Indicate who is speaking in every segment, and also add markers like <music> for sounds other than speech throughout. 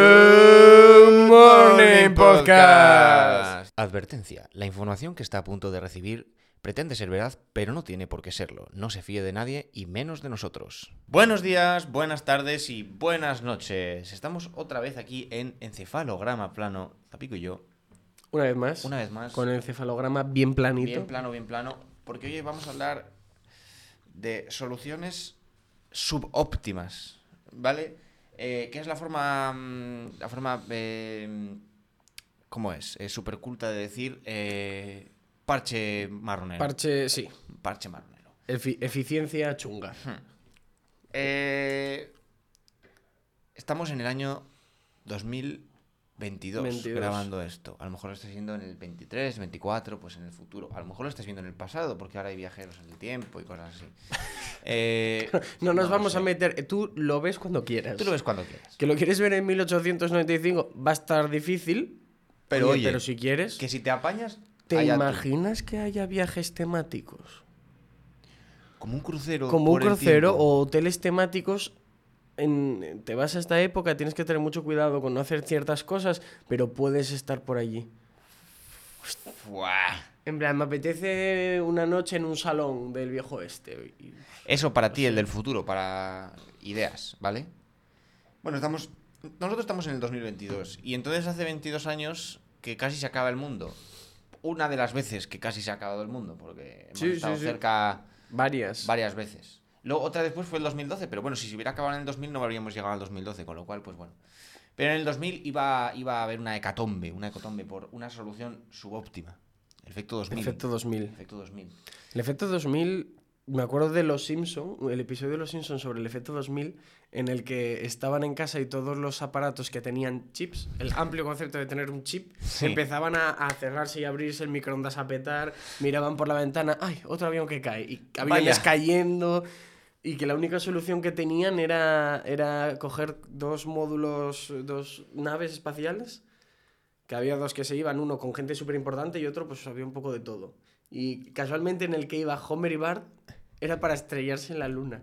Speaker 1: Good Morning Podcast.
Speaker 2: Advertencia. La información que está a punto de recibir pretende ser verdad, pero no tiene por qué serlo. No se fíe de nadie y menos de nosotros. Buenos días, buenas tardes y buenas noches. Estamos otra vez aquí en Encefalograma Plano. Zapico y yo,
Speaker 1: Una vez más.
Speaker 2: una vez más.
Speaker 1: Con el cefalograma bien planito.
Speaker 2: Bien plano, bien plano. Porque hoy vamos a hablar de soluciones subóptimas. ¿Vale? Eh, que es la forma. mm, La forma. eh, ¿Cómo es? Eh, Súper culta de decir. eh, parche marronero.
Speaker 1: Parche, sí.
Speaker 2: parche marronero.
Speaker 1: Efi- eficiencia chunga.
Speaker 2: Eh, estamos en el año 2022
Speaker 1: 22.
Speaker 2: grabando esto. A lo mejor lo estás viendo en el 23, 24, pues en el futuro. A lo mejor lo estás viendo en el pasado, porque ahora hay viajeros en el tiempo y cosas
Speaker 1: <laughs>
Speaker 2: así. Eh,
Speaker 1: No nos
Speaker 2: lo
Speaker 1: vamos
Speaker 2: sé.
Speaker 1: a meter. Tú lo ves cuando quieras.
Speaker 2: Tú lo ves cuando quieras.
Speaker 1: Que lo quieres ver en 1895 va a estar difícil.
Speaker 2: Pero, oye,
Speaker 1: pero si quieres.
Speaker 2: Que si te apañas,
Speaker 1: ¿Te
Speaker 2: allá tú.
Speaker 1: imaginas que haya viajes temáticos?
Speaker 2: como un crucero.
Speaker 1: Como un
Speaker 2: por el
Speaker 1: crucero
Speaker 2: tiempo.
Speaker 1: o hoteles temáticos. en- te vas a esta época, tienes que tener mucho cuidado con no hacer ciertas cosas, pero puedes estar por allí.
Speaker 2: Buah.
Speaker 1: En plan, me apetece una noche en un salón del viejo este. Y-
Speaker 2: Eso para ti, el del futuro, para ideas, ¿vale? Bueno, estamos. Nosotros estamos en el 2022 y entonces hace 22 años que casi se acaba el mundo. Una de las veces que casi se ha acabado el mundo, porque hemos
Speaker 1: Sí, sí,
Speaker 2: estado
Speaker 1: sí.
Speaker 2: cerca
Speaker 1: Varias.
Speaker 2: varias veces. Luego otra después fue el 2012, pero bueno, si se hubiera acabado en el 2000 no habríamos llegado al 2012, con lo cual, pues bueno. Pero en el 2000 iba, iba a haber una hecatombe, una hecatombe por una solución subóptima. El efecto 2000.
Speaker 1: Efecto 2000.
Speaker 2: Efecto 2000.
Speaker 1: El efecto 2000, me acuerdo de Los Simpson, el episodio de Los Simpson sobre el efecto 2000, en el que estaban en casa y todos los aparatos que tenían chips, el amplio concepto de tener un chip,
Speaker 2: Sí.
Speaker 1: empezaban a, a cerrarse y abrirse, el microondas a petar, miraban por la ventana, ¡ay, otro avión que cae! Y aviones
Speaker 2: Vaya.
Speaker 1: cayendo... Y que la única solución que tenían era, era coger dos módulos, dos naves espaciales que había dos que se iban, uno con gente súper importante y otro pues había un poco de todo. Y casualmente en el que iba Homer y Bart era para estrellarse en la luna.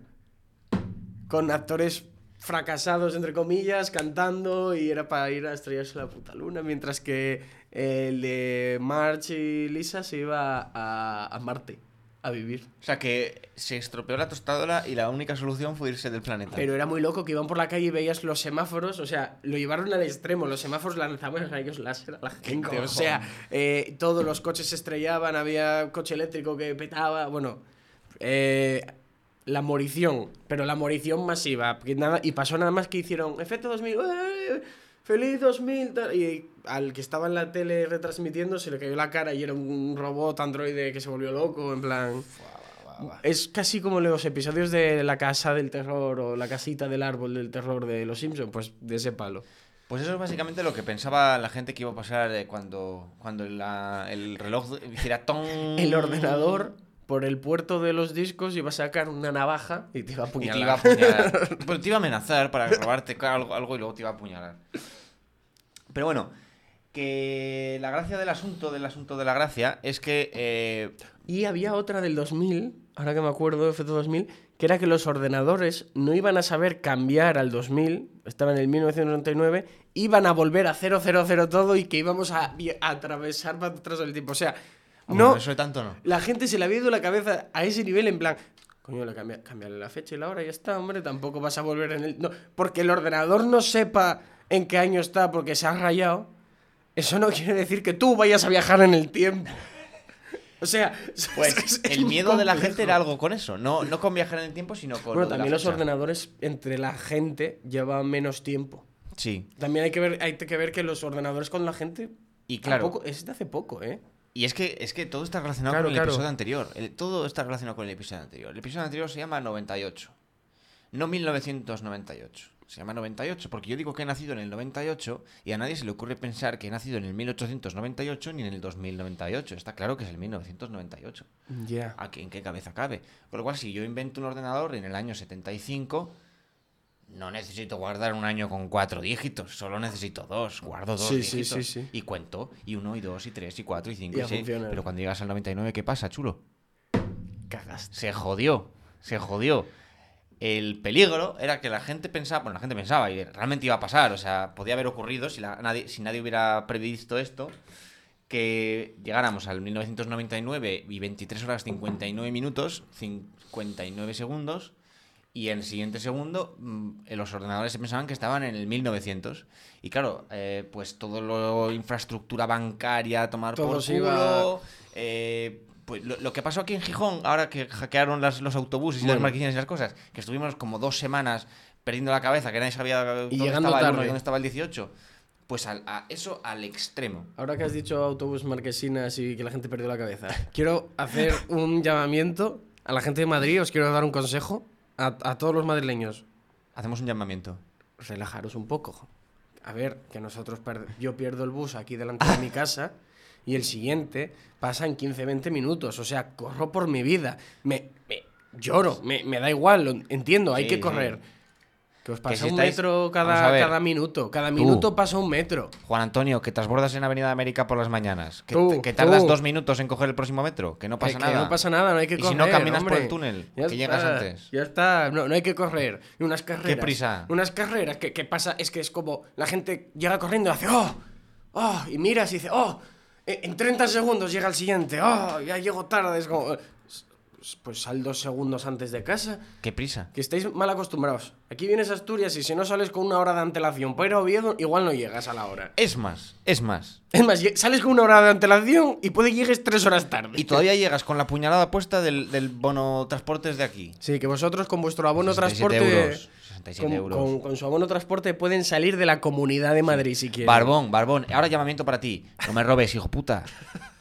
Speaker 1: Con actores fracasados, entre comillas, cantando y era para ir a estrellarse en la puta luna. Mientras que el de Marge y Lisa se iba a, a Marte a vivir.
Speaker 2: O sea que se estropeó la tostadora y la única solución fue irse del planeta.
Speaker 1: Pero era muy loco que iban por la calle y veías los semáforos, o sea, lo llevaron al extremo, los semáforos lanzaban rayos láser a la gente, o
Speaker 2: cojón?
Speaker 1: sea, eh, todos los coches se estrellaban, había coche eléctrico que petaba, bueno, eh, la morición, pero la morición masiva, que nada, y pasó nada más que hicieron efecto 2000, ¡eh! feliz 2000, tal, y al que estaba en la tele retransmitiendo se le cayó la cara y era un robot androide que se volvió loco, en plan... Es casi como los episodios de La Casa del Terror o La Casita del Árbol del Terror de Los Simpsons, pues de ese palo.
Speaker 2: Pues eso es básicamente lo que pensaba la gente que iba a pasar eh, cuando, cuando la- el reloj
Speaker 1: <laughs>
Speaker 2: hiciera ton.
Speaker 1: El ordenador, por el puerto de los discos, iba a sacar una navaja y te iba a
Speaker 2: Y
Speaker 1: apuñalar.
Speaker 2: te iba a apuñalar. <laughs> Pero te iba a amenazar para robarte algo, algo y luego te iba a apuñalar. Pero bueno, que la gracia del asunto, del asunto de la gracia, es que. eh,
Speaker 1: Y había otra del 2000, ahora que me acuerdo, FT 2000, que era que los ordenadores no iban a saber cambiar al 2000, estaba en el 1999, iban a volver a 000 todo y que íbamos a, vi- a atravesar para atrás del tiempo. O sea,
Speaker 2: bueno,
Speaker 1: no,
Speaker 2: Eso de tanto no.
Speaker 1: La gente se le había ido la cabeza a ese nivel en plan, coño, le cambia, cámbiale la fecha y la hora y ya está, hombre, tampoco vas a volver en el... No, porque el ordenador no sepa en qué año está porque se ha rayado, eso no quiere decir que tú vayas a viajar en el tiempo. O sea, <laughs>
Speaker 2: <laughs> Pues el miedo de la gente era algo con eso. No, no con viajar en el tiempo, sino con.
Speaker 1: Bueno,
Speaker 2: lo de la
Speaker 1: también los
Speaker 2: fecha.
Speaker 1: ordenadores entre la gente llevan menos tiempo.
Speaker 2: Sí.
Speaker 1: También hay que ver, hay que ver que los ordenadores con la gente
Speaker 2: Y claro.
Speaker 1: tampoco- es de hace poco, ¿eh?
Speaker 2: Y es que, es que todo está relacionado
Speaker 1: Claro,
Speaker 2: con el
Speaker 1: claro.
Speaker 2: episodio anterior. El- todo está relacionado con el episodio anterior. El episodio anterior se llama 98. No 1998. Se llama 98 porque yo digo que he nacido en el 98 y a nadie se le ocurre pensar que he nacido en el 1898 ni en el 2098. Está claro que es el 1998.
Speaker 1: Ya.
Speaker 2: ¿A qué- ¿En qué cabeza cabe? Con lo cual, si yo invento un ordenador en el año 75, no necesito guardar un año con cuatro dígitos, solo necesito dos. Guardo dos
Speaker 1: Sí, sí,
Speaker 2: dígitos
Speaker 1: sí, sí.
Speaker 2: y cuento, y uno, y dos, y tres, y cuatro, y cinco,
Speaker 1: Y
Speaker 2: y,
Speaker 1: a
Speaker 2: seis.
Speaker 1: funcionar.
Speaker 2: Pero cuando llegas al 99, ¿qué pasa, chulo?
Speaker 1: Cagaste.
Speaker 2: Se jodió, se jodió. El peligro era que la gente pensaba, bueno, la gente pensaba y realmente iba a pasar, o sea, podía haber ocurrido si, la- nadie, si nadie hubiera previsto esto, que llegáramos al 1999 y 23 horas 59 minutos, 59 segundos, y en el siguiente segundo mm, eh, los ordenadores se pensaban que estaban en el 1900. Y claro, eh, pues todo lo infraestructura bancaria, tomar
Speaker 1: Todo
Speaker 2: por
Speaker 1: se
Speaker 2: culo...
Speaker 1: iba-
Speaker 2: eh, pues lo, lo que pasó aquí en Gijón, ahora que hackearon las- los autobuses y
Speaker 1: Bueno.
Speaker 2: las marquillas y las cosas, que estuvimos como dos semanas perdiendo la cabeza, que nadie sabía dónde
Speaker 1: llegando
Speaker 2: estaba el uno
Speaker 1: tarde.
Speaker 2: y dónde estaba el 18, pues al- a eso al extremo.
Speaker 1: Ahora que has dicho autobús, marquesinas y que la gente perdió la cabeza, quiero hacer un llamamiento a la gente de Madrid, os quiero dar un consejo a, a todos los madrileños.
Speaker 2: Hacemos un llamamiento.
Speaker 1: Relajaros un poco. A ver, que nosotros per- yo pierdo el bus aquí delante de mi casa y el siguiente pasa en 15-20 minutos, o sea, corro por mi vida, me, me lloro, me, me da igual, lo entiendo, hay
Speaker 2: Sí,
Speaker 1: que
Speaker 2: sí.
Speaker 1: correr. Que os pasa
Speaker 2: si
Speaker 1: un
Speaker 2: estáis-
Speaker 1: metro
Speaker 2: Vamos a
Speaker 1: cada,
Speaker 2: ver.
Speaker 1: cada minuto, cada minuto pasa un metro.
Speaker 2: Juan Antonio, que transbordas en Avenida de América por las mañanas, que,
Speaker 1: Tú,
Speaker 2: que tardas
Speaker 1: tú.
Speaker 2: dos minutos en coger el próximo metro, que no pasa
Speaker 1: que, que
Speaker 2: nada.
Speaker 1: no pasa nada, no hay que
Speaker 2: Y
Speaker 1: correr.
Speaker 2: si no caminas por el
Speaker 1: hombre.
Speaker 2: túnel, que llegas
Speaker 1: está,
Speaker 2: antes.
Speaker 1: Ya está, no, no hay que correr. Y unas carreras.
Speaker 2: prisa?
Speaker 1: Unas carreras que, que pasa, es que es como la gente llega corriendo y hace ¡Oh! ¡Oh! Y miras y dice ¡Oh! e- En 30 segundos llega el siguiente. ¡Oh! Ya llego tarde. Es como. eh, s- Pues sal dos segundos antes de casa.
Speaker 2: Qué prisa.
Speaker 1: Que estáis mal acostumbrados. Aquí vienes a Asturias y si no sales con una hora de antelación para ir a Oviedo, igual no llegas a la hora.
Speaker 2: Es más, es más.
Speaker 1: Es más, lle- sales con una hora de antelación y puede que llegues tres horas tarde.
Speaker 2: Y todavía llegas con la puñalada puesta del, del bono transportes de aquí.
Speaker 1: Sí, que vosotros con vuestro abono
Speaker 2: 67
Speaker 1: transporte.
Speaker 2: euros, 67
Speaker 1: con,
Speaker 2: euros.
Speaker 1: con- con su abono transporte pueden salir de la comunidad de Madrid si quieren.
Speaker 2: Barbón, Barbón, ahora llamamiento para ti. No me robes, hijo puta.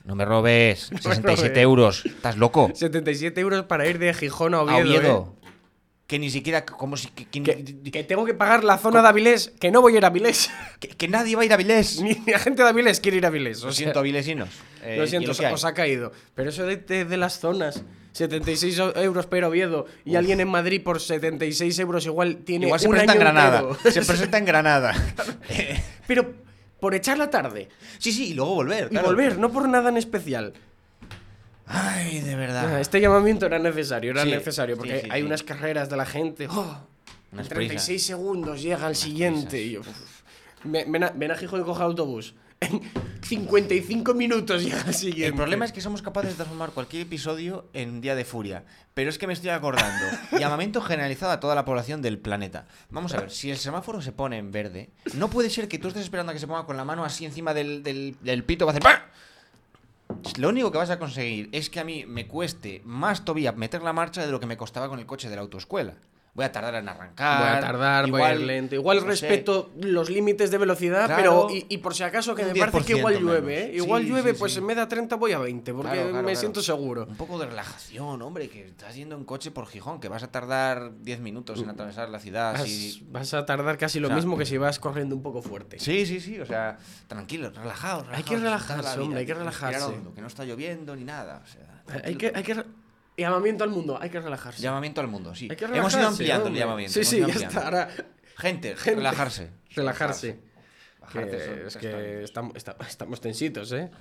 Speaker 2: No
Speaker 1: <laughs>
Speaker 2: me robes.
Speaker 1: me
Speaker 2: 67
Speaker 1: robes.
Speaker 2: euros. ¿Estás loco?
Speaker 1: 77 euros para ir de Gijón a Oviedo.
Speaker 2: A
Speaker 1: ¿eh?
Speaker 2: Oviedo. Que ni siquiera. Como si. Que, que-
Speaker 1: Que, que tengo que pagar la zona de Avilés, que no voy a ir a Avilés. <laughs>
Speaker 2: que- que nadie va a ir a Avilés.
Speaker 1: Ni la gente de Avilés quiere ir a Avilés. o
Speaker 2: <laughs> Lo
Speaker 1: sea,
Speaker 2: siento, avilesinos. Eh,
Speaker 1: lo
Speaker 2: y
Speaker 1: siento,
Speaker 2: lo
Speaker 1: os,
Speaker 2: que hay.
Speaker 1: os ha caído. Pero eso de, de- de las zonas, 76 o- euros para ir a Oviedo y alguien en Madrid por 76 euros igual tiene
Speaker 2: Igual se
Speaker 1: un
Speaker 2: presenta en
Speaker 1: año
Speaker 2: Granada.
Speaker 1: entero. <laughs>
Speaker 2: Se <laughs> presenta en Granada.
Speaker 1: Pero por echar la tarde
Speaker 2: sí, sí, y luego volver.
Speaker 1: y
Speaker 2: claro.
Speaker 1: volver, no por nada en especial.
Speaker 2: Ay, de
Speaker 1: Ah,
Speaker 2: verdad.
Speaker 1: Este llamamiento era necesario, era
Speaker 2: Sí,
Speaker 1: necesario, porque
Speaker 2: sí, sí,
Speaker 1: hay
Speaker 2: sí.
Speaker 1: unas carreras de la gente. ¡oh!
Speaker 2: Unas
Speaker 1: en 36
Speaker 2: prisas.
Speaker 1: segundos llega el siguiente. Y yo, uf. Ven- ven, a, ven a Gijón y coge autobús. En 55 minutos llega el siguiente.
Speaker 2: El problema es que somos capaces de transformar cualquier episodio en un día de furia. Pero es que me estoy acordando. Llamamiento generalizado a toda la población del planeta. Vamos a ver, si el semáforo se pone en verde, no puede ser que tú estés esperando a que se ponga con la mano así encima del, del- del pito. Va a hacer ¡pam! Lo único que vas a conseguir es que a mí me cueste más todavía meter la marcha de lo que me costaba con el coche de la autoescuela. Voy a tardar en arrancar.
Speaker 1: Voy a tardar, voy a ir lento. Igual
Speaker 2: no sé,
Speaker 1: respeto los límites de velocidad,
Speaker 2: Claro.
Speaker 1: pero. Y, y por si acaso, que
Speaker 2: Un
Speaker 1: me parece que
Speaker 2: 10%
Speaker 1: igual llueve,
Speaker 2: menos.
Speaker 1: ¿eh? Igual
Speaker 2: Sí,
Speaker 1: llueve,
Speaker 2: sí,
Speaker 1: pues
Speaker 2: sí.
Speaker 1: en vez de a 30 voy a 20, porque
Speaker 2: Claro, claro,
Speaker 1: me
Speaker 2: claro.
Speaker 1: siento seguro.
Speaker 2: Un poco de relajación, hombre, que estás yendo en coche por Gijón, que vas a tardar 10 minutos
Speaker 1: Mm.
Speaker 2: en atravesar la ciudad.
Speaker 1: Vas,
Speaker 2: Ah, Sí,
Speaker 1: vas a tardar casi lo
Speaker 2: O sea,
Speaker 1: mismo que si vas corriendo un poco fuerte.
Speaker 2: sí, sí, sí, o sea, tranquilo, relajado. relajado
Speaker 1: Hay que
Speaker 2: disfrutar
Speaker 1: relajarse,
Speaker 2: la vida,
Speaker 1: hombre, hay que
Speaker 2: respirar
Speaker 1: relajarse.
Speaker 2: hondo, que no está lloviendo ni nada. o sea,
Speaker 1: Hay
Speaker 2: tranquilo.
Speaker 1: que, hay que. re- Llamamiento al mundo, hay que relajarse.
Speaker 2: Llamamiento al mundo, sí.
Speaker 1: Hay que
Speaker 2: Hemos ido
Speaker 1: relajarse,
Speaker 2: ampliando el
Speaker 1: hombre.
Speaker 2: llamamiento.
Speaker 1: Sí,
Speaker 2: hemos
Speaker 1: sí,
Speaker 2: ido
Speaker 1: ya
Speaker 2: ampliando.
Speaker 1: está. ahora,
Speaker 2: Gente,
Speaker 1: Gente,
Speaker 2: relajarse.
Speaker 1: relajarse.
Speaker 2: Bajarte
Speaker 1: Que
Speaker 2: esos
Speaker 1: es que
Speaker 2: pestañas.
Speaker 1: estamos, esta- estamos tensitos, ¿eh?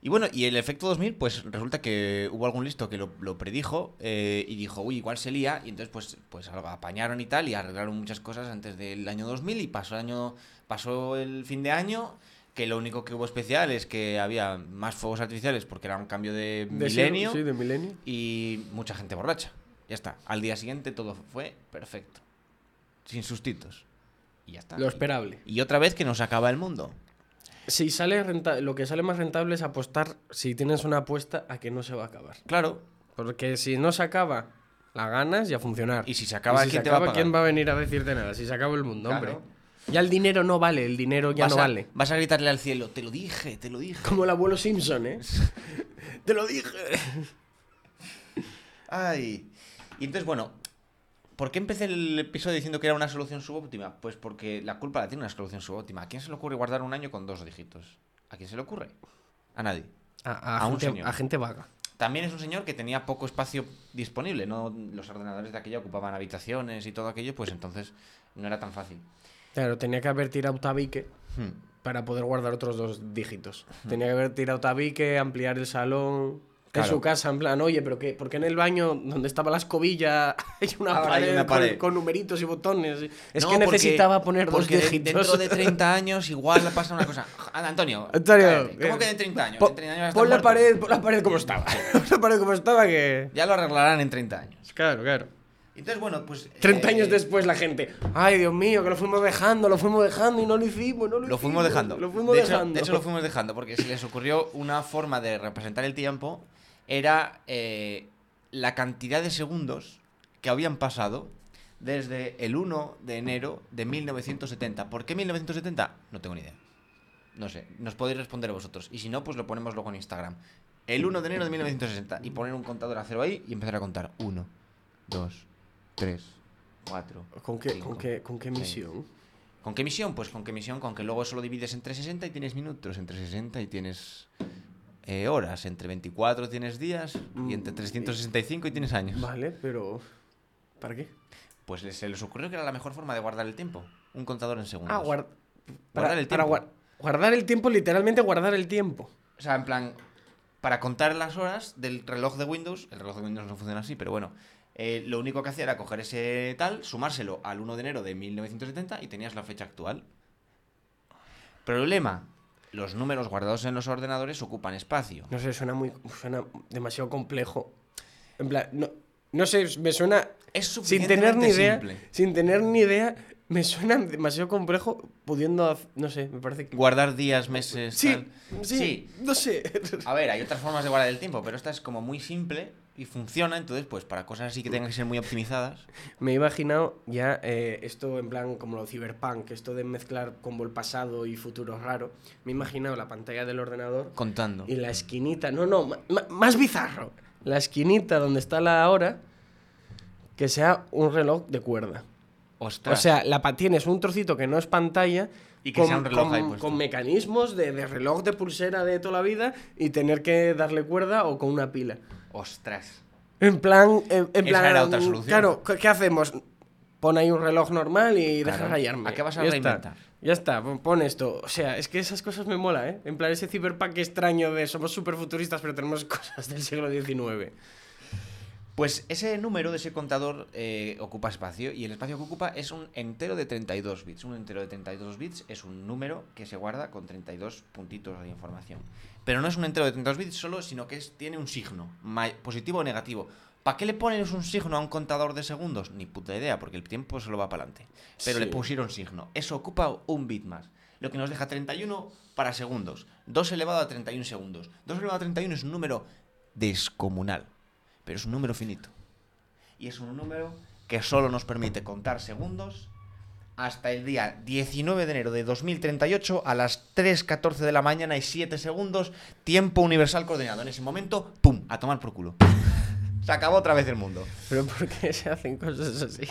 Speaker 2: Y bueno, y el efecto 2000, pues resulta que hubo algún listo que lo, lo predijo eh, y dijo, uy, igual se lía, y entonces pues, pues algo apañaron y tal, y arreglaron muchas cosas antes del año 2000, y pasó el, año, pasó el fin de año, que lo único que hubo especial es que había más fuegos artificiales porque era un cambio de,
Speaker 1: De siglo-
Speaker 2: milenio,
Speaker 1: Sí, de milenio.
Speaker 2: y mucha gente borracha. Ya está, al día siguiente todo fue perfecto, sin sustitos, y ya está.
Speaker 1: Lo esperable.
Speaker 2: Y otra vez que nos acaba el mundo.
Speaker 1: Si sale renta- lo que sale más rentable es apostar, si tienes una apuesta, a que no se va a acabar.
Speaker 2: Claro,
Speaker 1: Porque si no se acaba, la ganas y a funcionar.
Speaker 2: Y si se acaba,
Speaker 1: si
Speaker 2: ¿quién
Speaker 1: se
Speaker 2: te va a
Speaker 1: acaba,
Speaker 2: pagar?
Speaker 1: ¿quién va a venir a decirte nada? Si se acaba el mundo,
Speaker 2: Claro.
Speaker 1: hombre. Ya el dinero no vale, el dinero ya
Speaker 2: vas
Speaker 1: no
Speaker 2: a-
Speaker 1: vale.
Speaker 2: Vas a gritarle al cielo, te lo dije, te lo dije.
Speaker 1: Como el abuelo Simpson,
Speaker 2: <laughs>
Speaker 1: ¿eh?
Speaker 2: Te lo dije. <laughs> Ay. Y entonces, bueno, ¿por qué empecé el episodio diciendo que era una solución subóptima? Pues porque la culpa la tiene una solución subóptima. ¿A quién se le ocurre guardar un año con dos dígitos? ¿A quién se le ocurre? A nadie.
Speaker 1: A, a
Speaker 2: A un
Speaker 1: gente,
Speaker 2: señor.
Speaker 1: a gente vaga.
Speaker 2: También es un señor que tenía poco espacio disponible, ¿no? Los ordenadores de aquella ocupaban habitaciones y todo aquello, pues entonces no era tan fácil.
Speaker 1: Claro, tenía que haber tirado tabique.
Speaker 2: Hmm.
Speaker 1: para poder guardar otros dos dígitos. Tenía que haber tirado tabique, ampliar el salón. En
Speaker 2: Claro.
Speaker 1: su casa, en plan, oye, pero qué, ¿por qué en el baño donde estaba la escobilla <laughs> Ah, hay una
Speaker 2: Ahora hay
Speaker 1: pared,
Speaker 2: una
Speaker 1: con-
Speaker 2: pared.
Speaker 1: Con, numeritos y botones? Es
Speaker 2: No,
Speaker 1: que
Speaker 2: porque-
Speaker 1: necesitaba poner dos
Speaker 2: porque de-
Speaker 1: dígitos. <laughs>
Speaker 2: Dentro de 30 años igual pasa una cosa. Anda, Antonio.
Speaker 1: Antonio,
Speaker 2: cállate. ¿Cómo
Speaker 1: que-
Speaker 2: que de 30 años?
Speaker 1: Po-
Speaker 2: En 30 años vas a
Speaker 1: pon la
Speaker 2: estar muerto.
Speaker 1: pared, pon la pared como estaba. <laughs> Pon la pared como estaba que...
Speaker 2: Ya lo arreglarán en 30 años.
Speaker 1: Claro, claro.
Speaker 2: Entonces, bueno, pues.
Speaker 1: 30
Speaker 2: eh,
Speaker 1: años después la gente, ay Dios mío, que lo fuimos dejando, lo fuimos dejando y no lo hicimos, no lo,
Speaker 2: Lo fuimos
Speaker 1: hicimos,
Speaker 2: dejando.
Speaker 1: Lo fuimos
Speaker 2: de hecho-
Speaker 1: dejando.
Speaker 2: de hecho, lo fuimos dejando porque se les ocurrió una forma de representar el tiempo. Era eh, la cantidad de segundos que habían pasado desde el 1 de enero de 1970. ¿Por qué 1970? No tengo ni idea. No sé, nos podéis responder vosotros. Y si no, pues lo ponemos luego en Instagram. El 1 de enero de 1960. Y poner un contador a cero ahí y empezar a contar. 1, 2, 3, 4.
Speaker 1: ¿Con qué, con qué, con qué misión?
Speaker 2: ¿Con qué misión? Pues con qué misión, con que luego eso lo divides entre 60 y tienes minutos, entre 60 y tienes eh, horas, entre 24 tienes días y entre
Speaker 1: Mm,
Speaker 2: 365 y tienes años.
Speaker 1: Vale, pero... ¿Para qué?
Speaker 2: Pues les- se les ocurrió que era la mejor forma de guardar el tiempo, un contador en segundos.
Speaker 1: Ah, guard-
Speaker 2: Guardar
Speaker 1: para-
Speaker 2: el
Speaker 1: para
Speaker 2: tiempo.
Speaker 1: guar- guardar el tiempo, literalmente guardar el tiempo.
Speaker 2: O sea, en plan, para contar las horas del reloj de Windows, el reloj de Windows no funciona así, pero bueno, eh, lo único que hacía era coger ese tal, sumárselo al 1 de enero de 1970 y tenías la fecha actual. Problema. Los números guardados en los ordenadores ocupan espacio.
Speaker 1: No sé, suena muy... suena demasiado complejo. En plan, no, no sé, me suena...
Speaker 2: Es
Speaker 1: Sin tener ni idea,
Speaker 2: suficientemente simple.
Speaker 1: sin tener ni idea, me suena demasiado complejo pudiendo, haz- no sé, me parece que...
Speaker 2: Guardar días, meses.
Speaker 1: Sí,
Speaker 2: tal.
Speaker 1: sí, no sé. <laughs>
Speaker 2: A ver, hay otras formas de guardar el tiempo, pero esta es como muy simple y funciona. Entonces, pues para cosas así que tengan que ser muy optimizadas.
Speaker 1: Me he imaginado ya eh, esto en plan como lo cyberpunk, esto de mezclar como el pasado y futuro raro. Me he imaginado la pantalla del ordenador
Speaker 2: Contando.
Speaker 1: y la esquinita, no, no, ma- ma- más bizarro. La esquinita donde está la hora, que sea un reloj de cuerda. O
Speaker 2: Ostras.
Speaker 1: sea, la pa- tienes un trocito que no es pantalla
Speaker 2: Y que sea un reloj ahí puesto.
Speaker 1: con mecanismos de, de reloj de pulsera de toda la vida y tener que darle cuerda o con una pila.
Speaker 2: Ostras.
Speaker 1: En plan, en, en
Speaker 2: Esa
Speaker 1: plan,
Speaker 2: era otra solución.
Speaker 1: Claro, ¿qué- ¿qué hacemos? Pon ahí un reloj normal y
Speaker 2: Claro.
Speaker 1: deja rayarme.
Speaker 2: ¿A qué vas a
Speaker 1: Ya está.
Speaker 2: reinventar?
Speaker 1: Ya está, pon- pon esto. O sea, es que esas cosas me mola, ¿eh? En plan, ese ciberpunk extraño de somos superfuturistas pero tenemos <laughs> cosas del siglo XIX.
Speaker 2: Pues ese número de ese contador eh, ocupa espacio y el espacio que ocupa es un entero de 32 bits. Un entero de 32 bits es un número que se guarda con 32 puntitos de información. Pero no es un entero de 32 bits solo, sino que es- tiene un signo, ma- positivo o negativo. ¿Para qué le pones un signo a un contador de segundos? Ni puta idea, porque el tiempo solo va para adelante. Pero le
Speaker 1: Sí.
Speaker 2: pusieron signo. Eso ocupa un bit más. Lo que nos deja 31 para segundos. 2 elevado a 31 segundos. 2 elevado a 31 es un número descomunal. Pero es un número finito. Y es un número que solo nos permite contar segundos hasta el día 19 de enero de 2038 a las 3.14 de la mañana y 7 segundos, tiempo universal coordinado. En ese momento, ¡pum!, a tomar por culo. <laughs> Se acabó otra vez el mundo.
Speaker 1: Pero ¿por qué se hacen cosas así?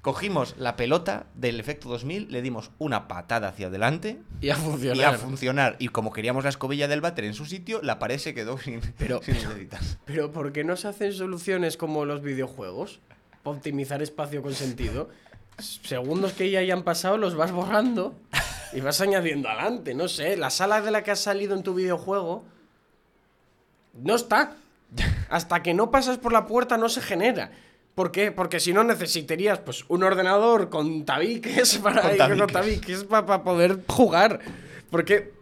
Speaker 2: Cogimos la pelota del efecto 2000, le dimos una patada hacia adelante
Speaker 1: Y a funcionar.
Speaker 2: y a funcionar. Y como queríamos la escobilla del váter en su sitio, la pared se quedó sin,
Speaker 1: Pero-
Speaker 2: <laughs> sin los deditos.
Speaker 1: Pero ¿por qué no se hacen soluciones como los videojuegos? Para optimizar espacio con sentido. Segundos que ya hayan pasado los vas borrando y vas añadiendo adelante. No sé, la sala de la que has salido en tu videojuego no está. Hasta que no pasas por la puerta no se genera. ¿Por qué? Porque si no necesitarías pues un ordenador con tabiques <laughs> para
Speaker 2: Con tabiques.
Speaker 1: para, poder jugar. Porque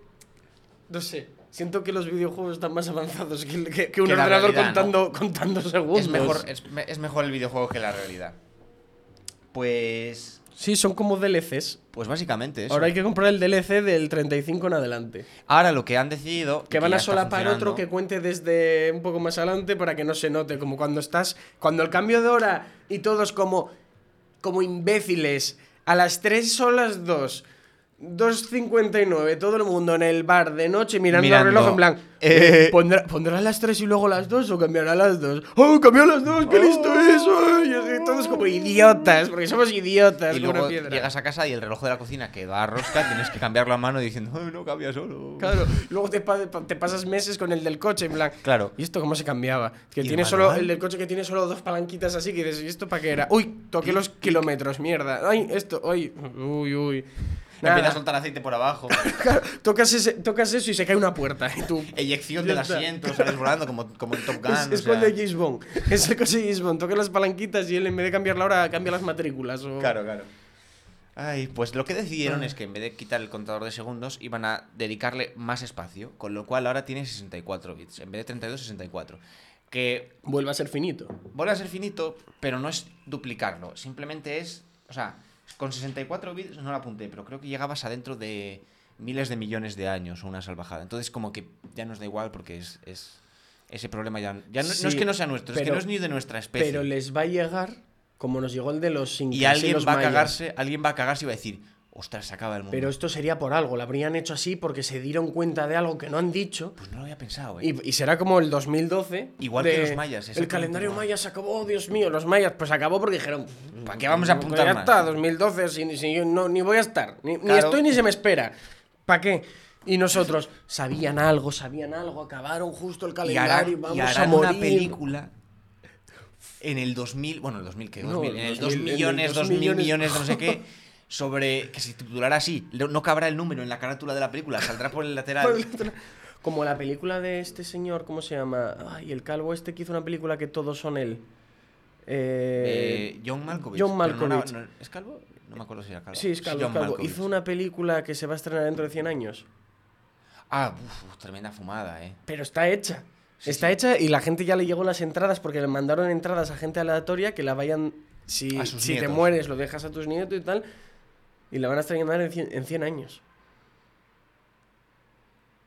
Speaker 1: no sé, siento que los videojuegos están más avanzados que, que- que un
Speaker 2: Que la
Speaker 1: ordenador
Speaker 2: realidad,
Speaker 1: contando, contando segundos.
Speaker 2: Es mejor, es, me- es mejor el videojuego que la realidad. Pues.
Speaker 1: Sí, son como DLCs.
Speaker 2: Pues básicamente eso.
Speaker 1: Ahora hay que comprar el DLC del 35 en adelante.
Speaker 2: Ahora lo que han decidido.
Speaker 1: Que
Speaker 2: y
Speaker 1: van
Speaker 2: ya
Speaker 1: a
Speaker 2: está
Speaker 1: solapar
Speaker 2: funcionando-
Speaker 1: otro que cuente desde un poco más adelante para que no se note. Como cuando estás. Cuando el cambio de hora y todos como. como imbéciles. A las 3 son las 2. 2.59, todo el mundo en el bar de noche mirando,
Speaker 2: Mirando.
Speaker 1: el reloj en plan.
Speaker 2: Eh.
Speaker 1: ¿pondrá, ¿Pondrá las 3 y luego las 2 o cambiará las 2? ¡Oh, cambió las 2! ¡Qué listo
Speaker 2: Oh.
Speaker 1: es! ¡Ay! Y así, todos como idiotas, porque somos idiotas.
Speaker 2: Y
Speaker 1: como una
Speaker 2: luego
Speaker 1: piedra.
Speaker 2: llegas a casa y el reloj de la cocina que da rosca, tienes que cambiarlo a mano diciendo, "Ay, no cambia solo.
Speaker 1: Claro, luego te, pa- te pasas meses con el del coche en plan.
Speaker 2: Claro.
Speaker 1: ¿Y esto cómo se cambiaba? Que
Speaker 2: ¿Y el
Speaker 1: tiene solo
Speaker 2: manual?
Speaker 1: el del coche que tiene solo dos palanquitas así que dices, ¿y esto para qué era? Uy, toqué los kilómetros, mierda. Ay, esto, ay, uy, uy. <laughs>
Speaker 2: Empieza a soltar aceite por abajo.
Speaker 1: Tocas, ese- tocas eso y se cae una puerta. Y
Speaker 2: <laughs>
Speaker 1: tú.
Speaker 2: Eyección
Speaker 1: Ya
Speaker 2: del
Speaker 1: está.
Speaker 2: asiento, sales volando como, como en Top Gun.
Speaker 1: Es,
Speaker 2: o
Speaker 1: es
Speaker 2: sea.
Speaker 1: cuando James Bond. <laughs> Es el coche de James Bond. Toca las palanquitas y él en vez de cambiar la hora cambia las matrículas. O...
Speaker 2: Claro, claro. Ay, pues lo que decidieron es que en vez de quitar el contador de segundos, iban a dedicarle más espacio, con lo cual ahora tiene 64 bits, en vez de 32, 64. Que
Speaker 1: Vuelve a ser finito.
Speaker 2: vuelve a ser finito, pero no es duplicarlo, simplemente es, o sea, con 64 bits no lo apunté, pero creo que llegabas adentro de miles de millones de años o una salvajada. Entonces como que ya nos da igual porque es, es- ese problema ya, ya no, no es
Speaker 1: Sí,
Speaker 2: que no sea nuestro, es que
Speaker 1: pero-
Speaker 2: no es ni de nuestra especie.
Speaker 1: Pero les va a llegar como nos llegó el de los incas
Speaker 2: Y alguien
Speaker 1: los
Speaker 2: va a
Speaker 1: mayas.
Speaker 2: cagarse, alguien va a cagarse y va a decir, ostras, se acaba el mundo.
Speaker 1: Pero esto sería por algo. Lo habrían hecho así porque se dieron cuenta de algo que no han dicho.
Speaker 2: Pues no lo había pensado, ¿eh?
Speaker 1: Y, y será como el 2012.
Speaker 2: Igual
Speaker 1: de-
Speaker 2: que los mayas,
Speaker 1: El
Speaker 2: exactamente
Speaker 1: calendario
Speaker 2: igual.
Speaker 1: maya se acabó, oh, Dios mío. Los mayas, pues acabó porque dijeron.
Speaker 2: ¿Para qué vamos a
Speaker 1: pues
Speaker 2: apuntar
Speaker 1: Ya
Speaker 2: más?
Speaker 1: está, 2012, si, si yo no, ni voy a estar. Ni, ni
Speaker 2: Claro.
Speaker 1: estoy ni se me espera. ¿Para qué? Y nosotros sabían algo, sabían algo, acabaron justo el
Speaker 2: Y
Speaker 1: calendario y
Speaker 2: harán,
Speaker 1: vamos
Speaker 2: y harán
Speaker 1: a morir.
Speaker 2: una película en el 2000, bueno, el 2000 que
Speaker 1: No,
Speaker 2: 2000, en el 2
Speaker 1: en el 2000
Speaker 2: millones, 2 mil
Speaker 1: millones.
Speaker 2: millones, no
Speaker 1: <laughs>
Speaker 2: sé qué, sobre que se titulará así, no no cabrá el número en la carátula de la película, saldrá por
Speaker 1: <laughs>
Speaker 2: el lateral.
Speaker 1: <laughs> Como la película de este señor, ¿cómo se llama? Ay, el calvo este que hizo una película que todos son él. Eh,
Speaker 2: Eh, John Malkovich.
Speaker 1: John
Speaker 2: pero no era-
Speaker 1: Malkovich.
Speaker 2: no- ¿Es calvo? No me acuerdo si era calvo.
Speaker 1: sí, es calvo.
Speaker 2: John
Speaker 1: es calvo.
Speaker 2: Malkovich.
Speaker 1: Hizo una película que se va a estrenar dentro de 100 años.
Speaker 2: Ah, uf, tremenda fumada, ¿eh?
Speaker 1: Pero está hecha.
Speaker 2: Sí,
Speaker 1: está
Speaker 2: sí.
Speaker 1: hecha y la gente ya le llegó las entradas porque le mandaron entradas a gente aleatoria que la vayan. Si,
Speaker 2: A sus
Speaker 1: si te
Speaker 2: nietos.
Speaker 1: mueres, lo dejas a tus nietos y tal. Y la van a estrenar en 100, en 100 años.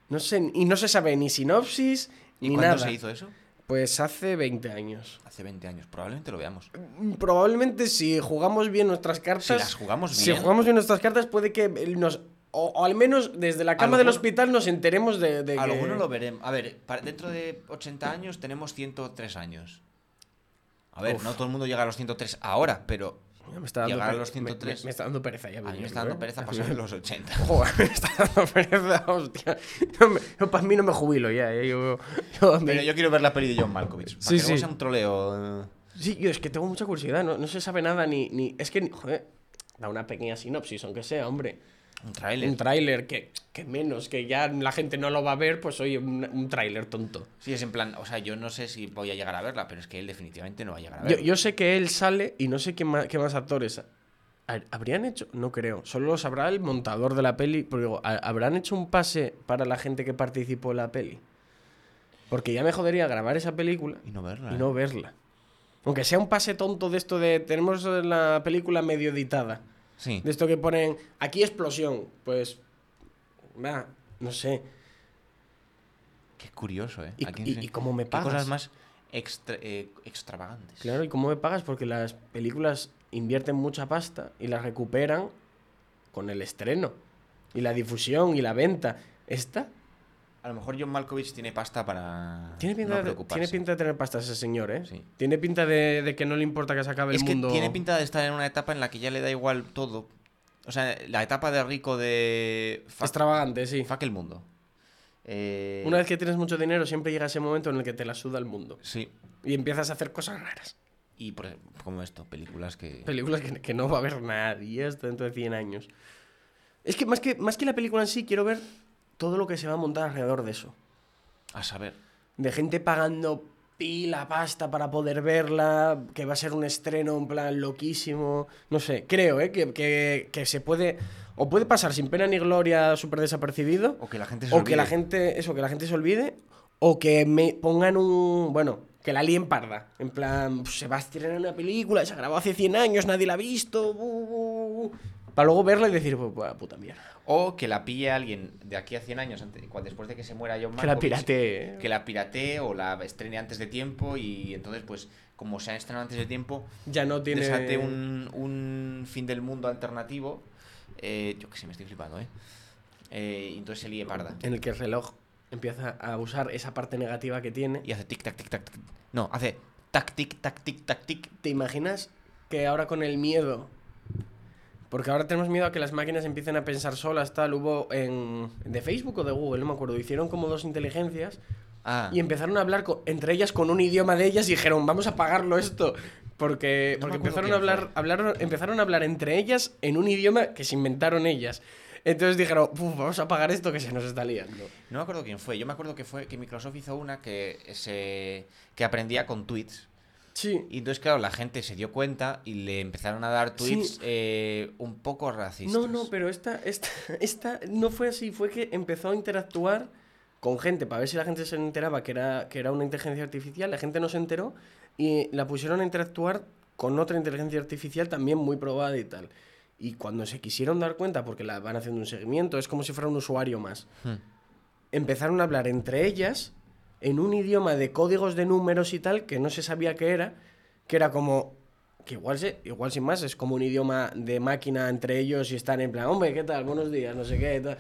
Speaker 1: No sé, y no se sabe ni sinopsis
Speaker 2: ¿Y
Speaker 1: ni
Speaker 2: cuándo
Speaker 1: nada.
Speaker 2: se hizo eso?
Speaker 1: Pues hace 20 años.
Speaker 2: Hace 20 años, probablemente lo veamos.
Speaker 1: Mm, Probablemente si jugamos bien nuestras cartas.
Speaker 2: Si las jugamos bien.
Speaker 1: si jugamos bien nuestras cartas, puede que eh, nos. O, o al menos desde la cama del
Speaker 2: Alguno-
Speaker 1: hospital nos enteremos de, de que.
Speaker 2: Alguno lo veremos. A ver, para- dentro de 80 años tenemos 103 años. A ver,
Speaker 1: Uf.
Speaker 2: no todo el mundo llega a los 103 ahora, pero
Speaker 1: Ya Me está dando
Speaker 2: Llegar a
Speaker 1: pere-
Speaker 2: los 103.
Speaker 1: Me, me está dando pereza ya.
Speaker 2: a mí me
Speaker 1: vivirlo,
Speaker 2: está dando
Speaker 1: ¿eh? <laughs>
Speaker 2: pereza
Speaker 1: A mí
Speaker 2: pasar
Speaker 1: me-
Speaker 2: de los 80.
Speaker 1: Joder, me está dando pereza, <laughs> hostia. No me- yo, para mí no me jubilo ya. eh, <laughs> Yo, yo-
Speaker 2: Pero yo quiero ver la peli de John Malkovich. Para
Speaker 1: Sí,
Speaker 2: que luego
Speaker 1: sí.
Speaker 2: sea un troleo. eh.
Speaker 1: Sí, yo es que tengo mucha curiosidad. No, no se sabe nada ni, ni. Es que, joder, da una pequeña sinopsis, aunque sea, hombre.
Speaker 2: Un trailer.
Speaker 1: Un tráiler que, que menos, que ya la gente no lo va a ver, pues oye, un, un tráiler tonto.
Speaker 2: Sí, es en plan. O sea, yo no sé si voy a llegar a verla, pero es que él definitivamente no va a llegar a
Speaker 1: Yo,
Speaker 2: verla.
Speaker 1: yo sé que él sale y no sé qué más, qué más actores. ha- ¿Habrían hecho? No creo. Solo lo sabrá el montador de la peli. Pero digo, ¿ha- ¿habrán hecho un pase para la gente que participó en la peli? Porque ya me jodería grabar esa película
Speaker 2: Y no verla.
Speaker 1: y
Speaker 2: eh.
Speaker 1: no verla. Aunque sea un pase tonto de esto de tenemos la película medio editada.
Speaker 2: Sí.
Speaker 1: De esto que ponen aquí explosión. Pues. va, no sé.
Speaker 2: Qué curioso, ¿eh?
Speaker 1: ¿Y-
Speaker 2: ¿A quién
Speaker 1: y-
Speaker 2: se-
Speaker 1: y cómo me
Speaker 2: qué
Speaker 1: pagas?
Speaker 2: cosas más extra- eh, extravagantes.
Speaker 1: Claro, ¿y cómo me pagas? Porque las películas invierten mucha pasta y las recuperan con el estreno y la difusión y la venta. Esta
Speaker 2: A lo mejor John Malkovich tiene pasta para.
Speaker 1: tiene pinta,
Speaker 2: no
Speaker 1: de, tiene
Speaker 2: preocuparse.
Speaker 1: pinta de tener pasta ese señor, ¿eh?
Speaker 2: Sí.
Speaker 1: Tiene pinta de, de que no le importa que se acabe
Speaker 2: Es
Speaker 1: el
Speaker 2: que
Speaker 1: mundo.
Speaker 2: tiene pinta de estar en una etapa en la que ya le da igual todo. O sea, la etapa de rico de. Fuck,
Speaker 1: extravagante, sí.
Speaker 2: fuck el mundo. Eh,
Speaker 1: Una vez que tienes mucho dinero, siempre llega ese momento en el que te la suda el mundo
Speaker 2: Sí.
Speaker 1: y empiezas a hacer cosas raras.
Speaker 2: Y por ej- como esto, películas que.
Speaker 1: Películas que, que no va a ver nadie hasta dentro de 100 años. Es que más, que más que la película en sí, quiero ver todo lo que se va a montar alrededor de eso.
Speaker 2: A saber.
Speaker 1: de gente pagando pila pasta para poder verla, que va a ser un estreno en plan loquísimo, no sé, creo ¿eh? que, que- que se puede, o puede pasar sin pena ni gloria, súper desapercibido,
Speaker 2: O que la gente se
Speaker 1: o que la
Speaker 2: olvide.
Speaker 1: gente, eso, que la gente se olvide, o que me pongan un, bueno, que la líen parda, en plan, "Pues se va a estrenar una película, se grabó hace 100 años, nadie la ha visto, bu, bu, bu, para luego verla y decir, "Bu- bu- puta mierda,
Speaker 2: O que la pille alguien de aquí a 100 años, ante- cua- después de que se muera John
Speaker 1: que la
Speaker 2: Malkovich,
Speaker 1: pirate.
Speaker 2: pues, Que la piratee o la estrene antes de tiempo. Y entonces, pues, como se ha estrenado antes de tiempo,
Speaker 1: Ya no tiene...
Speaker 2: desate un, un fin del mundo alternativo. Eh, yo que sé, me estoy flipando, ¿eh? Eh, y entonces se líe parda.
Speaker 1: en el que el reloj empieza a usar esa parte negativa que tiene.
Speaker 2: Y hace tic, tac, tic, tac, tic. No, hace tac, tic, tac, tic, tac, tic.
Speaker 1: ¿Te imaginas que ahora con el miedo? Porque ahora tenemos miedo a que las máquinas empiecen a pensar solas, tal. Hubo en. de Facebook o de Google, no me acuerdo. Hicieron como dos inteligencias
Speaker 2: Ah,
Speaker 1: y empezaron a hablar co- entre ellas con un idioma de ellas y dijeron, vamos a apagarlo esto. Porque,
Speaker 2: No
Speaker 1: porque
Speaker 2: me acuerdo
Speaker 1: empezaron,
Speaker 2: quién
Speaker 1: a hablar, hablaron, empezaron a hablar entre ellas en un idioma que se inventaron ellas. Entonces dijeron, "Puf, vamos a apagar esto que se nos está liando.
Speaker 2: No me acuerdo quién fue. Yo me acuerdo que fue que Microsoft hizo una que se que aprendía con tweets.
Speaker 1: Sí.
Speaker 2: Y entonces, claro, la gente se dio cuenta y le empezaron a dar
Speaker 1: Sí.
Speaker 2: tweets eh, un poco racistas.
Speaker 1: No, no, pero esta, esta, <laughs> esta no fue así, fue que empezó a interactuar con gente para ver si la gente se enteraba que era, que era una inteligencia artificial, la gente no se enteró y la pusieron a interactuar con otra inteligencia artificial también muy probada y tal. Y cuando se quisieron dar cuenta, porque la van haciendo un seguimiento, es como si fuera un usuario más,
Speaker 2: Hmm.
Speaker 1: empezaron a hablar entre ellas en un idioma de códigos de números y tal que no se sabía qué era, que era como que igual se, igual sin más es como un idioma de máquina entre ellos y están en plan, hombre, ¿qué tal? Buenos días, no sé qué, tal.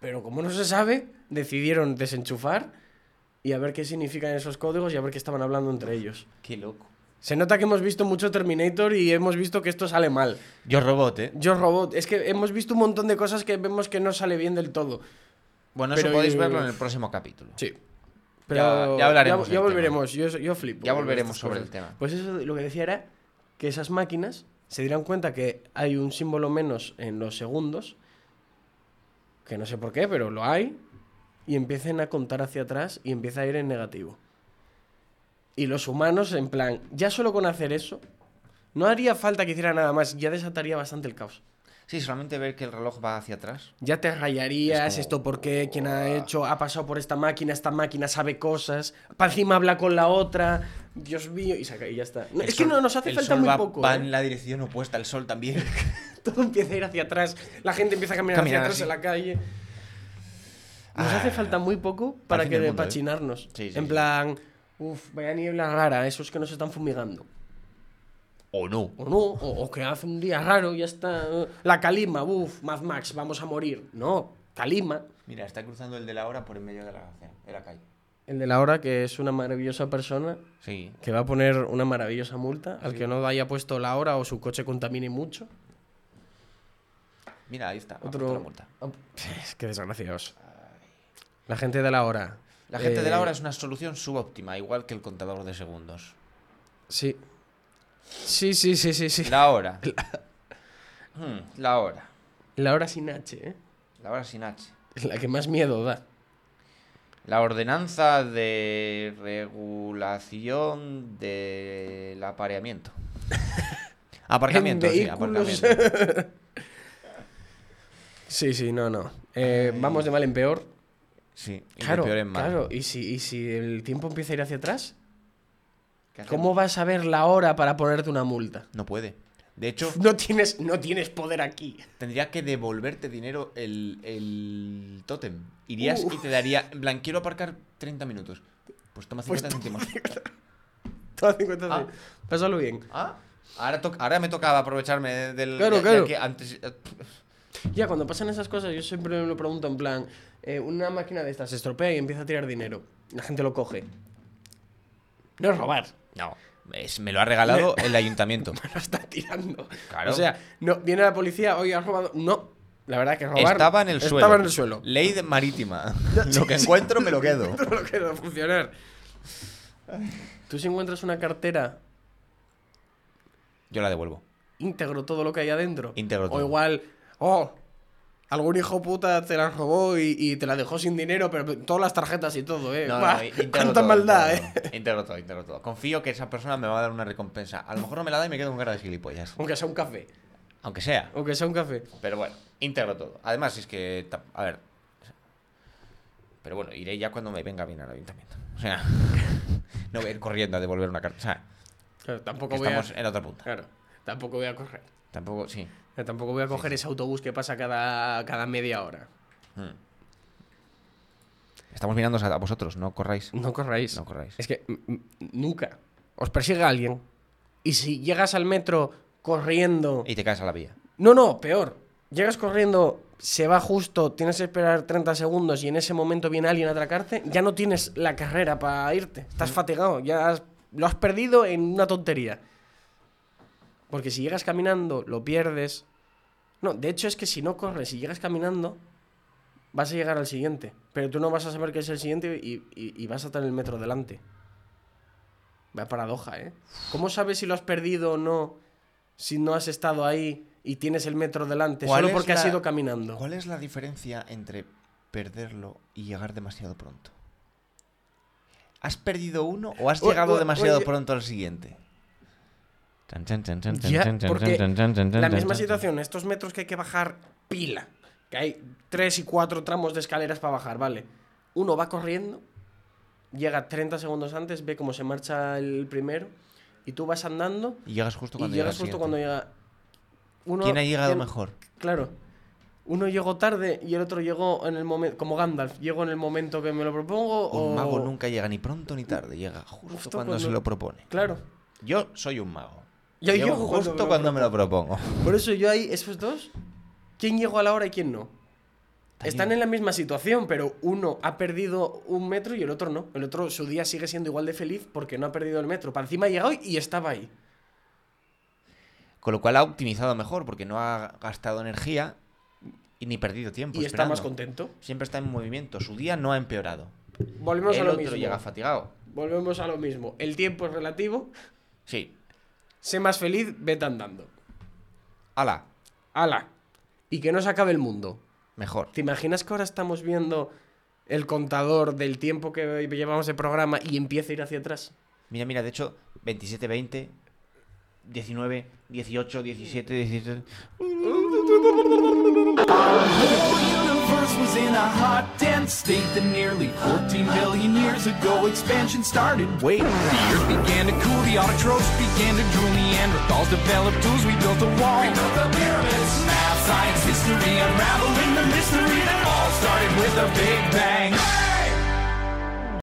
Speaker 1: Pero como no se sabe, decidieron desenchufar y a ver qué significan esos códigos y a ver qué estaban hablando entre ellos.
Speaker 2: Qué loco.
Speaker 1: Se nota que hemos visto mucho Terminator y hemos visto que esto sale mal.
Speaker 2: Yo robot, ¿eh?
Speaker 1: Yo Robot, es que hemos visto un montón de cosas que vemos que no sale bien del todo.
Speaker 2: Bueno,
Speaker 1: Pero
Speaker 2: eso podéis
Speaker 1: y-
Speaker 2: verlo en el próximo capítulo.
Speaker 1: Sí.
Speaker 2: Ya-
Speaker 1: Pero
Speaker 2: ya hablaremos
Speaker 1: Ya,
Speaker 2: del
Speaker 1: volveremos, yo, yo flipo.
Speaker 2: Ya
Speaker 1: con
Speaker 2: volveremos
Speaker 1: estas
Speaker 2: sobre
Speaker 1: cosas.
Speaker 2: el tema.
Speaker 1: Pues eso lo que decía era que esas máquinas se dieran cuenta que hay un símbolo menos en los segundos, que no sé por qué, pero lo hay, y empiecen a contar hacia atrás y empieza a ir en negativo. Y los humanos, en plan, ya solo con hacer eso, no haría falta que hiciera nada más, ya desataría bastante el caos.
Speaker 2: Sí, solamente ver que el reloj va hacia atrás.
Speaker 1: Ya te rayarías,
Speaker 2: Es como,
Speaker 1: esto por qué, quién ha
Speaker 2: "Buah".
Speaker 1: hecho, ha pasado por esta máquina, esta máquina sabe cosas, para encima habla con la otra, Dios mío, y, saca, y ya está. No,
Speaker 2: El
Speaker 1: es que
Speaker 2: sol-
Speaker 1: no, nos hace
Speaker 2: el
Speaker 1: falta
Speaker 2: sol
Speaker 1: muy
Speaker 2: va,
Speaker 1: poco.
Speaker 2: Va
Speaker 1: ¿eh? <laughs>
Speaker 2: en la dirección opuesta, el sol también.
Speaker 1: Todo empieza a ir hacia atrás, la gente empieza a caminar,
Speaker 2: Caminar
Speaker 1: hacia atrás
Speaker 2: así.
Speaker 1: en la calle. Nos
Speaker 2: Ah,
Speaker 1: hace falta muy poco para
Speaker 2: fin
Speaker 1: que
Speaker 2: del mundo, ¿eh?
Speaker 1: pachinarnos.
Speaker 2: Sí, sí,
Speaker 1: en
Speaker 2: sí.
Speaker 1: plan, uff, vaya niebla rara, esos que nos están fumigando.
Speaker 2: <laughs> o no.
Speaker 1: O no, o, o que hace un día raro, ya está. eh, La calima, uff, Mad Max, vamos a morir. No, calima.
Speaker 2: Mira, está cruzando el de la hora por en medio de la, de la calle.
Speaker 1: El de la hora, que es una maravillosa persona,
Speaker 2: Sí.
Speaker 1: que va a poner una maravillosa multa al que no haya puesto la hora o su coche contamine mucho.
Speaker 2: Mira, ahí está.
Speaker 1: Otro.
Speaker 2: Otra multa.
Speaker 1: Oh, <laughs> Es que desgraciados. La gente de la hora.
Speaker 2: La gente
Speaker 1: Eh,
Speaker 2: de la hora es una solución subóptima, igual que el contador de segundos.
Speaker 1: Sí. Sí, sí, sí, sí, sí. <laughs>
Speaker 2: La hora. Hmm, la hora.
Speaker 1: La hora sin H, ¿eh?
Speaker 2: La hora sin H.
Speaker 1: Es la que más miedo da.
Speaker 2: La ordenanza de regulación
Speaker 1: <laughs>
Speaker 2: del apareamiento. Aparcamiento,
Speaker 1: En
Speaker 2: sí,
Speaker 1: vehículos.
Speaker 2: aparcamiento.
Speaker 1: Sí, sí, no, no. Eh, vamos de mal en peor.
Speaker 2: Sí, y de
Speaker 1: Claro,
Speaker 2: peor en mal.
Speaker 1: claro. ¿Y si, ¿Y si el tiempo empieza a ir hacia atrás?
Speaker 2: ¿Qué hacemos?
Speaker 1: ¿Cómo vas a ver la hora para ponerte una multa?
Speaker 2: No puede. De hecho,
Speaker 1: No tienes, no tienes poder aquí.
Speaker 2: tendría que devolverte dinero el, el tótem. Irías
Speaker 1: Uh.
Speaker 2: y te daría. En plan, quiero aparcar 30 minutos. Pues toma 50 céntimos.
Speaker 1: Todo 50
Speaker 2: Ah.
Speaker 1: Pásalo bien.
Speaker 2: Ah, ahora, toc- ahora me tocaba aprovecharme de- del.
Speaker 1: Claro,
Speaker 2: ya- ya
Speaker 1: claro.
Speaker 2: que antes- eh,
Speaker 1: Ya, cuando pasan esas cosas, yo siempre me lo pregunto en plan, eh, una máquina de estas se estropea y empieza a tirar dinero. La gente lo coge. No es robar, <laughs>
Speaker 2: no, es- me lo ha regalado el ayuntamiento.
Speaker 1: lo está tirando.
Speaker 2: Claro.
Speaker 1: O sea, no, viene la policía, oye, has robado. No, la verdad que robar.
Speaker 2: Estaba en el suelo.
Speaker 1: Estaba en el
Speaker 2: <laughs>
Speaker 1: suelo. <laughs>
Speaker 2: Ley de marítima. lo que encuentro me lo quedo.
Speaker 1: No lo queda funcionar. Tú si encuentras una cartera,
Speaker 2: Yo la devuelvo.
Speaker 1: íntegro todo lo que hay adentro.
Speaker 2: Íntegro todo.
Speaker 1: O igual, oh, algún hijo puta te la robó y, y te la dejó sin dinero, pero todas las tarjetas y todo, ¿eh? Buah, <laughs>
Speaker 2: íntegro
Speaker 1: ¡Cuánta
Speaker 2: todo,
Speaker 1: maldad,
Speaker 2: íntegro
Speaker 1: eh!
Speaker 2: todo, Íntegro todo, íntegro todo. Confío que esa persona me va a dar una recompensa. A lo mejor no me la da y me quedo con cara de gilipollas.
Speaker 1: Aunque sea un café.
Speaker 2: Aunque sea.
Speaker 1: Aunque sea un café.
Speaker 2: Pero bueno, íntegro todo. Además, es que. ta- A ver. Pero bueno, iré ya cuando me venga bien al ayuntamiento. O sea, <laughs> no voy a ir corriendo a devolver una carta. O sea,
Speaker 1: Claro, tampoco
Speaker 2: que
Speaker 1: voy
Speaker 2: estamos
Speaker 1: a.
Speaker 2: en otra punta.
Speaker 1: Claro, tampoco voy a correr.
Speaker 2: Tampoco, sí.
Speaker 1: O sea, Eh, Tampoco voy a coger ese autobús que pasa cada, cada media hora.
Speaker 2: Mm. Estamos mirando a vosotros, no corráis.
Speaker 1: No corráis.
Speaker 2: No corráis.
Speaker 1: Es que mm, mm, nunca os persigue alguien. Y si llegas al metro corriendo.
Speaker 2: Y te caes a la vía.
Speaker 1: No, no, peor. Llegas corriendo, se va justo, tienes que esperar 30 segundos y en ese momento viene alguien a atracarte, ya no tienes la carrera para irte. Estás fatigado, ya has- lo has perdido en una tontería. Porque si llegas caminando, lo pierdes. No, de hecho es que si no corres y llegas caminando, vas a llegar al siguiente. Pero tú no vas a saber qué es el siguiente y, y- y vas a estar en el metro delante. Vaya paradoja, ¿eh? ¿Cómo sabes si lo has perdido o no si no has estado ahí y tienes el metro delante
Speaker 2: ¿Cuál
Speaker 1: solo
Speaker 2: es
Speaker 1: porque has
Speaker 2: la-
Speaker 1: ido caminando.
Speaker 2: ¿Cuál es la diferencia entre perderlo y llegar demasiado pronto? ¿Has perdido uno o has
Speaker 1: O-
Speaker 2: llegado
Speaker 1: o-
Speaker 2: demasiado
Speaker 1: oye.
Speaker 2: pronto al siguiente? Chan, chan, chan, chan,
Speaker 1: Ya,
Speaker 2: chan, chan,
Speaker 1: porque
Speaker 2: chan, chan, chan,
Speaker 1: La
Speaker 2: chan,
Speaker 1: misma
Speaker 2: chan.
Speaker 1: situación, estos metros que hay que bajar pila, que hay tres y cuatro tramos de escaleras para bajar, vale. Uno va corriendo, llega 30 segundos antes, ve cómo se marcha el primero, y tú vas andando
Speaker 2: Y llegas justo
Speaker 1: y
Speaker 2: cuando
Speaker 1: llegas
Speaker 2: llega al
Speaker 1: justo cuando
Speaker 2: siguiente.
Speaker 1: llega. Uno,
Speaker 2: ¿Quién ha llegado
Speaker 1: ¿quién?
Speaker 2: mejor?
Speaker 1: Claro. Uno llegó tarde y el otro llegó en el momento. Como Gandalf, llegó en el momento que me lo propongo. o...
Speaker 2: Un mago nunca llega ni pronto ni tarde, llega justo,
Speaker 1: Justo
Speaker 2: cuando, se
Speaker 1: cuando-
Speaker 2: lo propone.
Speaker 1: Claro.
Speaker 2: Yo soy un mago.
Speaker 1: Yo
Speaker 2: Llego
Speaker 1: llego cuando
Speaker 2: justo
Speaker 1: me lo
Speaker 2: cuando me lo propongo.
Speaker 1: Por eso yo ahí, esos dos, ¿quién llegó a la hora y quién no? Están en la misma situación, pero uno ha perdido un metro y el otro no. El otro, su día sigue siendo igual de feliz porque no ha perdido el metro. Para encima ha llegado y estaba ahí.
Speaker 2: Con lo cual ha optimizado mejor porque no ha gastado energía y ni perdido tiempo.
Speaker 1: y está más
Speaker 2: Pues esperando.
Speaker 1: contento.
Speaker 2: Siempre está en movimiento, su día no ha empeorado.
Speaker 1: Volvemos
Speaker 2: el
Speaker 1: a lo
Speaker 2: otro
Speaker 1: mismo.
Speaker 2: llega fatigado.
Speaker 1: Volvemos a lo mismo. El tiempo es relativo.
Speaker 2: Sí.
Speaker 1: Sé más feliz, vete andando.
Speaker 2: Ala,
Speaker 1: Ala. Y que no se acabe el mundo.
Speaker 2: mejor.
Speaker 1: ¿Te imaginas que ahora estamos viendo el contador del tiempo que llevamos de programa y empieza a ir hacia atrás?
Speaker 2: Mira, mira, de hecho, 27, 20, 19, 18, 17, 17.
Speaker 3: whole universe was in a hot, dense state that nearly 14 billion years ago expansion started. Wait, the earth began to cool, the autotrophs began to drool, Neanderthals developed tools, we built a wall. We built the pyramids. Math, science, history, unraveling the mystery that all started with a big bang.